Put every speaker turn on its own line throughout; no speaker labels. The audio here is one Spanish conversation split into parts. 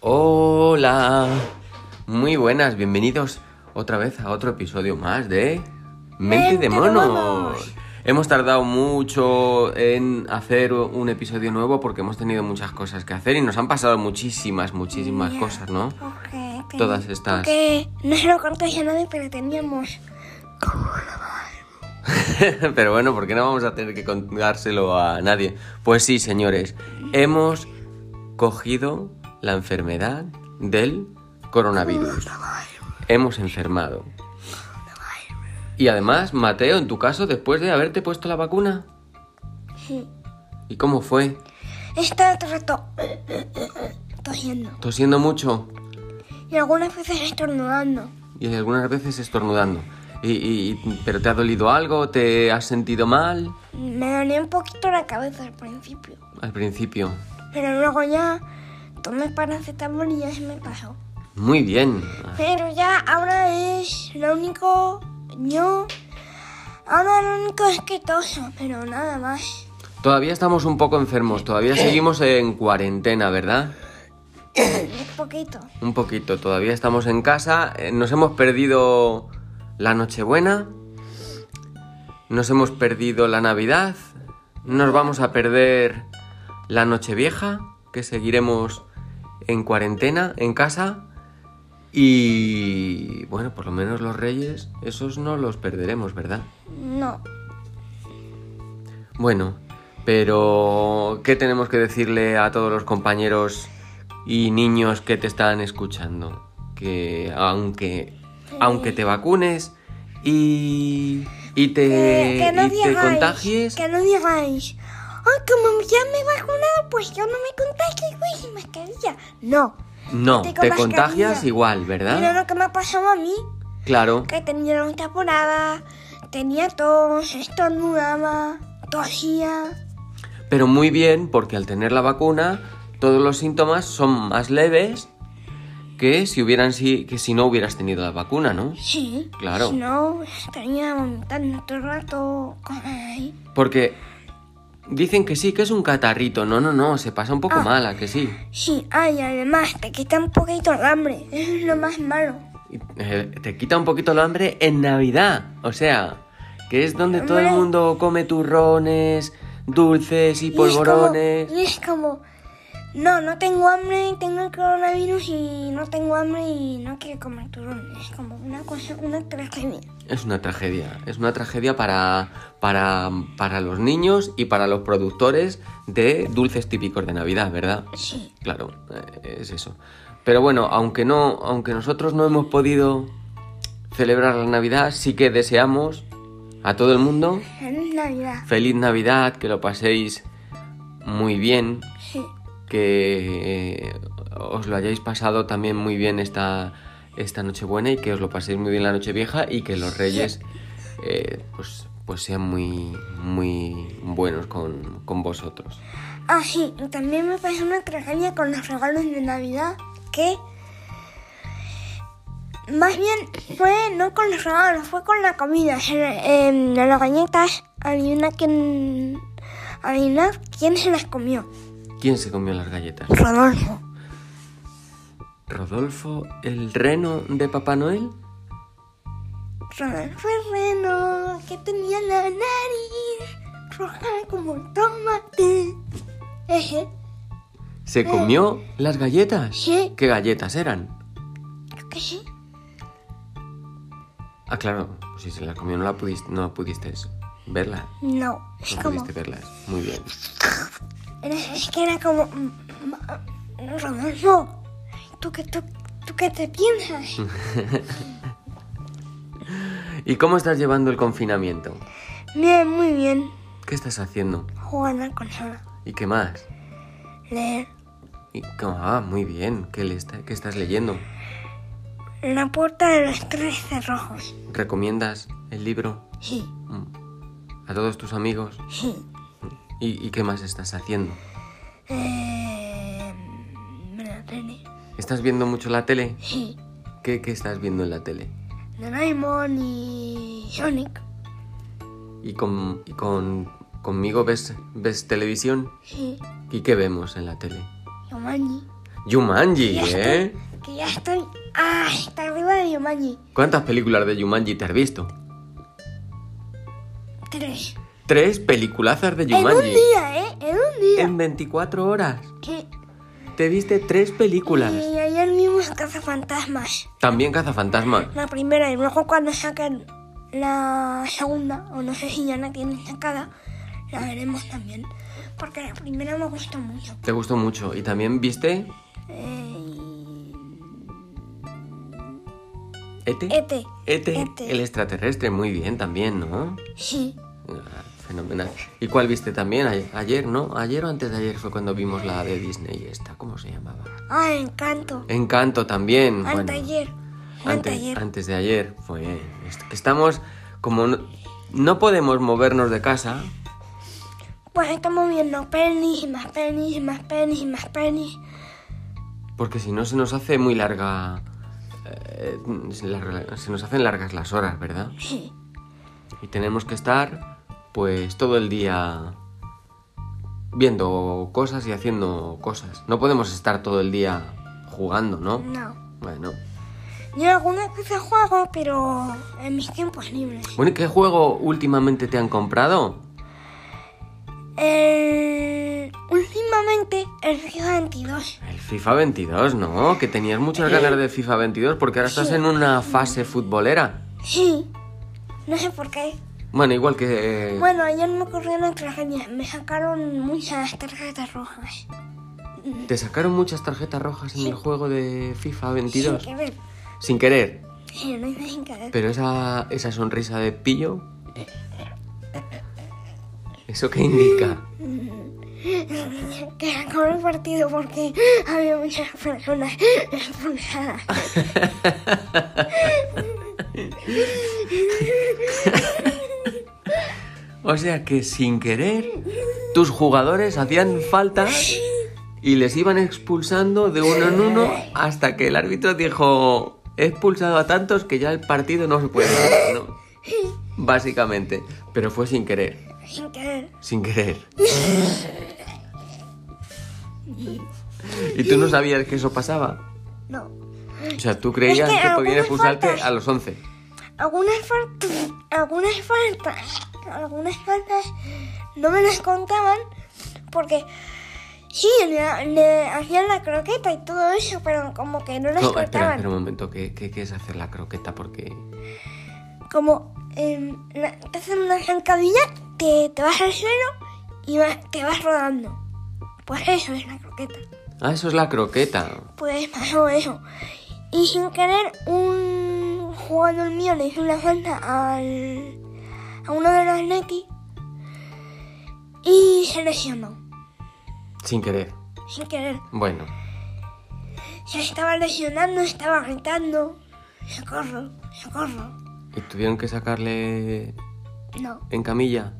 Hola, muy buenas, bienvenidos otra vez a otro episodio más de Mente de
Mente de
Monos.
Monos.
Hemos tardado mucho en hacer un episodio nuevo porque hemos tenido muchas cosas que hacer y nos han pasado muchísimas, muchísimas
Ya.
cosas, ¿no?
Ok, ten-
Todas estas.
Porque no se lo contáis a nadie, pero teníamos.
Pero bueno, ¿por qué no vamos a tener que contárselo a nadie? Pues sí, señores, hemos cogido la enfermedad del coronavirus. Hemos enfermado. Y además, Mateo, en tu caso, después de haberte puesto la vacuna.
Sí.
¿Y cómo fue?
Estaba todo el rato. tosiendo.
Tosiendo mucho
Y algunas veces estornudando.
y algunas veces estornudando. Y, y- y- ¿Pero te ha dolido algo? ¿Te has sentido mal?
Me dolía un poquito la cabeza al principio.
Al principio.
Pero luego ya tomé paracetamol y ya se me pasó.
Muy bien.
Pero ya ahora es lo único. Yo. Ahora lo único es que toso, pero nada más.
Todavía estamos un poco enfermos, todavía seguimos en cuarentena, ¿verdad?
Es poquito.
Un poquito, todavía estamos en casa, eh, nos hemos perdido la Nochebuena, nos hemos perdido la Navidad, nos vamos a perder la Nochevieja, que seguiremos en cuarentena, en casa, y bueno, por lo menos los Reyes, esos no los perderemos, ¿verdad?
No.
Bueno, pero ¿qué tenemos que decirle a todos los compañeros y niños que te están escuchando? Que aunque aunque te vacunes y y te,
que, que no
Eh, y te
digáis,
contagies,
Que no digáis, "Ay, como ya me he vacunado, pues yo no me contagio, güey, sin mascarilla. No.
no,
que
te,
con mascarilla.
contagias igual,
Mira
¿verdad?
lo que me ha pasado a mí,
Claro.
que tenía la temporada, tenía tos, estornudaba, tosía.
Pero muy bien, porque al tener la vacuna, todos los síntomas son más leves que si hubieran si, que si no hubieras tenido la vacuna, ¿no?
Sí.
Claro.
Si no, estaría vomitando todo el rato con ahí.
Porque dicen que sí, que es un catarrito. No, no, no, se pasa un poco mal, ¿a que sí.
Sí, ay, además te quita un poquito el hambre, eso es lo más malo.
Y, eh, te quita un poquito el hambre en Navidad. O sea, que es donde todo el
Hombre.
mundo come turrones, dulces y polvorones.
Y es como, y es como, no, no tengo hambre, tengo el coronavirus y no tengo hambre y no quiero comer turrón. Es como una cosa, una tragedia.
Es una tragedia. Es una tragedia para, para, para los niños y para los productores de dulces típicos de Navidad, ¿verdad?
Sí.
Claro, eh, es eso. Pero bueno, aunque no, aunque nosotros no hemos podido celebrar la Navidad, sí que deseamos a todo el mundo
Es Navidad.
feliz Navidad, que lo paséis muy bien,
Sí.
que eh, os lo hayáis pasado también muy bien esta esta Nochebuena y que os lo paséis muy bien la Nochevieja y que los Reyes eh, pues, pues sean muy muy buenos con, con vosotros.
Ah, sí. y También me pasó una tragedia con los regalos de Navidad que... Más bien fue no con los regalos, fue con la comida. Se le- em, las galletas, adivina quién... Adivina quién se las comió.
¿Quién se comió las galletas?
Rodolfo.
¿Rodolfo el reno de Papá Noel?
Rodolfo Herreno, que tenía la nariz roja como el tomate. Eje,
¿Se comió las galletas?
Sí.
¿Qué galletas eran?
creo que sí.
Ah, claro, si se las comió no, la pudiste, no pudiste verlas.
No, es
No
como.
pudiste verlas. Muy bien.
era- es que era como. mm, mm, Rodolfo, ¿tú qué, tú, tú qué te piensas?
¿Y cómo estás llevando el confinamiento?
Bien, muy bien.
¿Qué estás haciendo?
Jugar a la consola.
¿Y qué más?
Leer.
¿Y qué- Ah, muy bien. ¿Qué, le está- qué estás leyendo?
La puerta de los tres cerrojos.
¿Recomiendas el libro
Sí,
mm, a todos tus amigos?
sí.
¿Y, y qué más estás haciendo?
Eh, la tele.
¿Estás viendo mucho la tele?
Sí.
¿Qué, qué estás viendo en la tele?
Doraemon y Sonic.
¿Y, con, y con, conmigo ves, ves televisión?
Sí.
¿Y qué vemos en la tele?
Yomani.
Yumanji,
Ya
¿eh?
estoy, que ya estoy hasta arriba de Yumanji.
¿Cuántas películas de Yumanji te has visto?
Tres.
Tres peliculazas de
En un
Yumanji.
día, ¿eh? En un día.
En 24 horas.
Que-
Te viste tres películas.
Y ayer vimos Cazafantasmas,
También Cazafantasma.
la primera, y luego cuando saquen la segunda, o no sé si ya la tienen sacada, la veremos también. Porque la primera me gustó mucho.
Te gustó mucho. Y también viste
Eh,
Ete.
Ete.
Ete,
Ete.
E el extraterrestre. Muy bien también, ¿no?
E sí,
Ah, Fenomenal. ¿Y cuál viste también? A- Ayer, ¿no? Ayer o antes de ayer fue cuando vimos la de Disney esta. ¿Cómo se llamaba?
ah, Encanto.
Encanto también. bueno.
Anteayer.
Antes,
Anteayer.
antes de ayer. Fue. es que Estamos como. No, no podemos movernos de casa.
Pues estamos viendo penis y más penis y más penis y más penis.
Porque si no se nos hace muy larga. eh, se larga- se nos hacen largas las horas, ¿verdad?
Sí.
Y tenemos que estar, pues, todo el día viendo cosas y haciendo cosas. No podemos estar todo el día jugando, ¿no?
No.
Bueno.
Yo algunas veces juego, pero en mis tiempos libres.
Bueno, ¿y qué juego últimamente te han comprado?
El... Eh, Últimamente el FIFA 22.
El FIFA 22, ¿no? Que tenías muchas ganas de FIFA 22 porque ahora estás en una fase futbolera.
Sí. No sé por qué.
Bueno, igual que... eh,
Bueno, ayer me corrieron otras líneas. Me sacaron muchas tarjetas rojas.
Te sacaron muchas tarjetas rojas en el juego de FIFA 22.
Sin querer.
Sin querer.
Sí, no hice sin querer.
Pero esa, esa sonrisa de pillo... ¿Eso qué indica?
Que acabó el partido porque había muchas personas expulsadas.
O sea que sin querer tus jugadores hacían falta y les iban expulsando de uno en uno hasta que el árbitro dijo he expulsado a tantos que ya el partido no se puede dar", ¿no? Básicamente, pero fue sin querer,
Sin querer.
sin querer. Y tú no sabías que eso pasaba.
No.
O sea, tú creías
Es que
que podían
algunas
expulsarte
faltas-
a los 11.
Algunas faltas, algunas faltas, algunas faltas no me las contaban porque sí, le, le hacían la croqueta y todo eso, pero como que no las
No, espera,
contaban.
espera un momento, ¿qué, qué, qué es hacer la croqueta? Porque
Como em, la- te hacen una zancadilla, te, te vas al suelo y vas- te vas rodando. Pues eso es la croqueta.
Ah, eso es la croqueta.
Pues pasó eso. Y sin querer, un jugador mío le hizo una falta al, a uno de los Neti y se lesionó.
Sin querer.
Sin querer.
Bueno,
Se estaba lesionando, estaba gritando. Socorro, socorro.
¿y tuvieron que sacarle
No,
en camilla?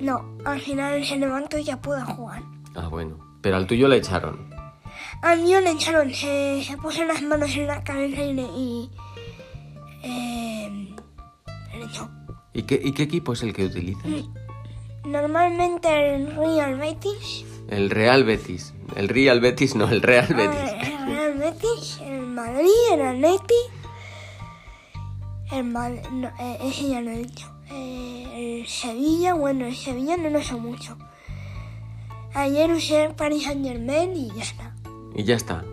no. Al final se levantó y ya pudo jugar.
Ah, bueno. Pero al tuyo le echaron.
Al mío le echaron, se, se puso las manos en la cabeza y le... Y, em, le echó.
¿Y qué, y qué equipo es el que utilizas?
Normalmente el Real Betis
El Real Betis. El Real Betis, no, el Real
Ah,
Betis.
El Real Betis, eh, el Madrid, el Atleti. El Madrid, no, eh, ese ya lo he dicho. Eh, el Sevilla, bueno, el Sevilla no lo sé mucho. Ayer usé el Paris Saint Germain y ya está.
Y ya está.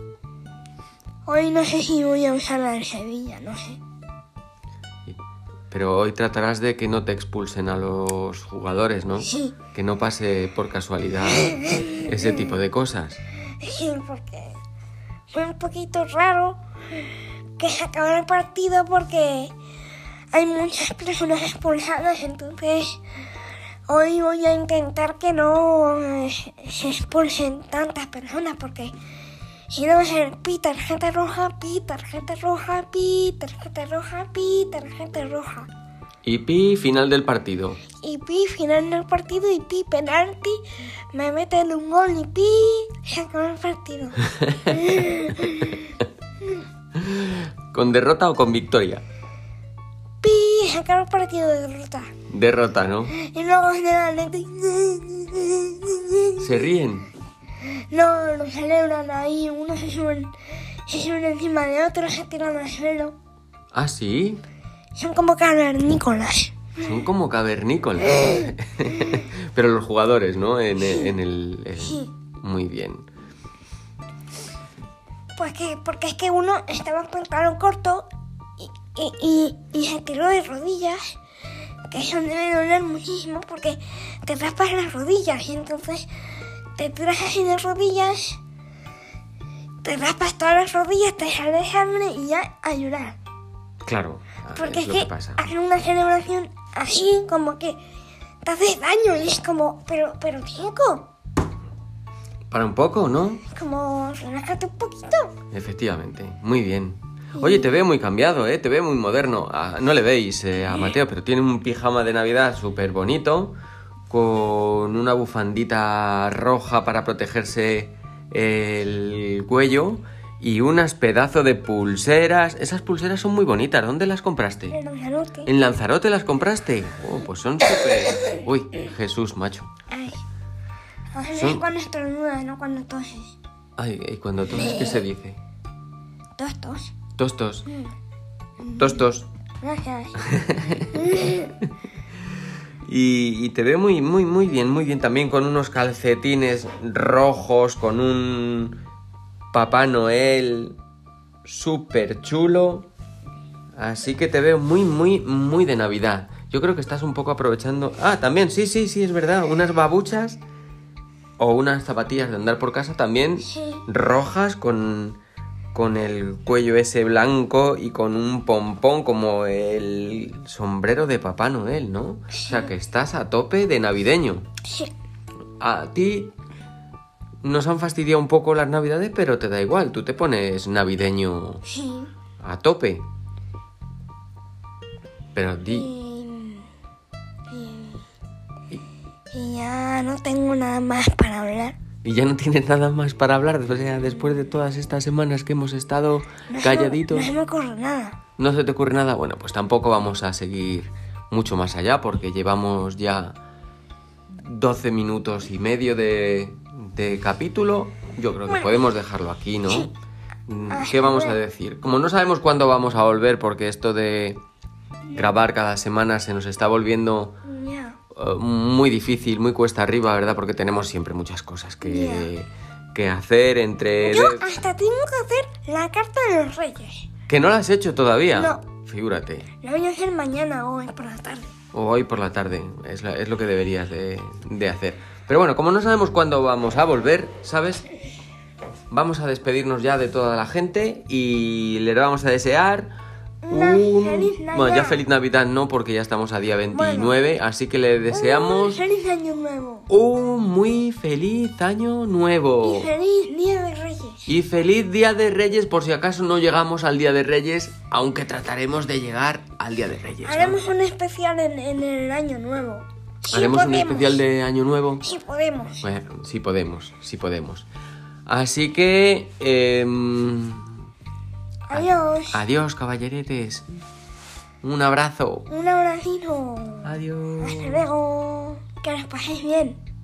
Hoy no sé si voy a usar la del Sevilla, no sé.
Y- Pero hoy tratarás de que no te expulsen a los jugadores, ¿no?
Sí.
Que no pase por casualidad ese tipo de cosas.
Sí, porque fue un poquito raro que se acabara el partido porque hay muchas personas expulsadas, entonces hoy voy a intentar que no eh, se expulsen tantas personas porque si no va a ser pi tarjeta roja, pi tarjeta roja, pi tarjeta roja, pi tarjeta roja.
Y pi, final del partido.
Y pi final del partido y pi penalti, me meten un gol y pi se acaba el partido.
¿Con derrota o con victoria?
¡Pi! Se acaba el partido de derrota.
Derrota, ¿no?
Y luego se dan
Se ríen.
no lo celebran ahí, unos se suben, se suben encima de otros, se tiran al suelo.
Ah, sí.
Son como cavernícolas.
Son como cavernícolas. Pero los jugadores, ¿no? En, el- en el, el-
Sí.
Muy bien.
Porque, porque es que uno estaba con el calor corto y, y, y, y se tiró de rodillas, que eso debe doler muchísimo porque te raspas las rodillas y entonces te tiras así de rodillas, te raspas todas las rodillas, te sale sangre y ya a llorar.
Claro. ah,
Porque
es
es
lo
que,
que pasa.
hacer una celebración así como que te haces daño y es como, pero, pero chico,
Para un poco, ¿no?
como relájate un poquito.
Efectivamente, muy bien. Oye, te veo muy cambiado, ¿eh? Te veo muy moderno. Ah, no le veis eh, a Mateo, pero tiene un pijama de Navidad súper bonito, con una bufandita roja para protegerse el cuello y unas pedazos de pulseras. Esas pulseras son muy bonitas, ¿dónde las compraste?
Pero Lanzarote.
¿En Lanzarote las compraste? Oh, pues son súper... Uy, Jesús, macho.
Ay. O sea,
Sí.
es cuando estornudas, no cuando toses.
Ay, y cuando toses, ¿qué se dice?
Tos, tos.
Tostos. Tostos.
Gracias.
Y, y te veo muy, muy, muy bien, muy bien. También con unos calcetines rojos, con un Papá Noel súper chulo. Así que te veo muy, muy, muy de Navidad. Yo creo que estás un poco aprovechando. Ah, también, sí, sí, sí, es verdad. Unas babuchas o unas zapatillas de andar por casa también
Sí.
rojas con, con el cuello ese blanco y con un pompón como el sombrero de Papá Noel, ¿no? O sea que estás a tope de navideño.
Sí.
A ti nos han fastidiado un poco las navidades, pero te da igual, tú te pones navideño
Sí.
a tope. Pero di...
Y, y- y ya no tengo nada más para hablar.
Y ya no tienes nada más para hablar, o sea, después de todas estas semanas que hemos estado
No se me-
calladitos.
No se me ocurre nada.
¿No se te ocurre nada? Bueno, pues tampoco vamos a seguir mucho más allá porque llevamos ya 12 minutos y medio de, de capítulo. Yo creo que podemos dejarlo aquí, ¿no? Mm,
Ah,
¿Qué vamos a decir? Como no sabemos cuándo vamos a volver porque esto de grabar cada semana se nos está volviendo
Ya.
eh, muy difícil, muy cuesta arriba, ¿verdad? Porque tenemos siempre muchas cosas que, que hacer entre...
Yo hasta tengo que hacer la carta de los reyes.
Que no la has hecho todavía.
No.
Figúrate.
La voy a hacer mañana o hoy por la tarde.
O hoy por la tarde, es, la- es lo que deberías de, de hacer. Pero bueno, como no sabemos cuándo vamos a volver, ¿sabes? Vamos a despedirnos ya de toda la gente y le vamos a desear
Una
un...
feliz Navidad.
Bueno, ya feliz Navidad no, porque ya estamos a día 29, así que le deseamos
Feliz año nuevo.
un muy feliz año nuevo.
Y feliz día de reyes.
Y feliz Día de Reyes por si acaso no llegamos al Día de Reyes, aunque trataremos de llegar al Día de Reyes. ¿no?
Haremos un especial en, en el año nuevo. Si
Haremos un
podemos.
especial de Año Nuevo.
Si podemos.
Bueno, Pues, sí podemos, sí podemos. Así que... em,
Adiós.
adiós, caballeretes. Un abrazo.
Un abracito.
Adiós.
Hasta luego. Que os paséis bien.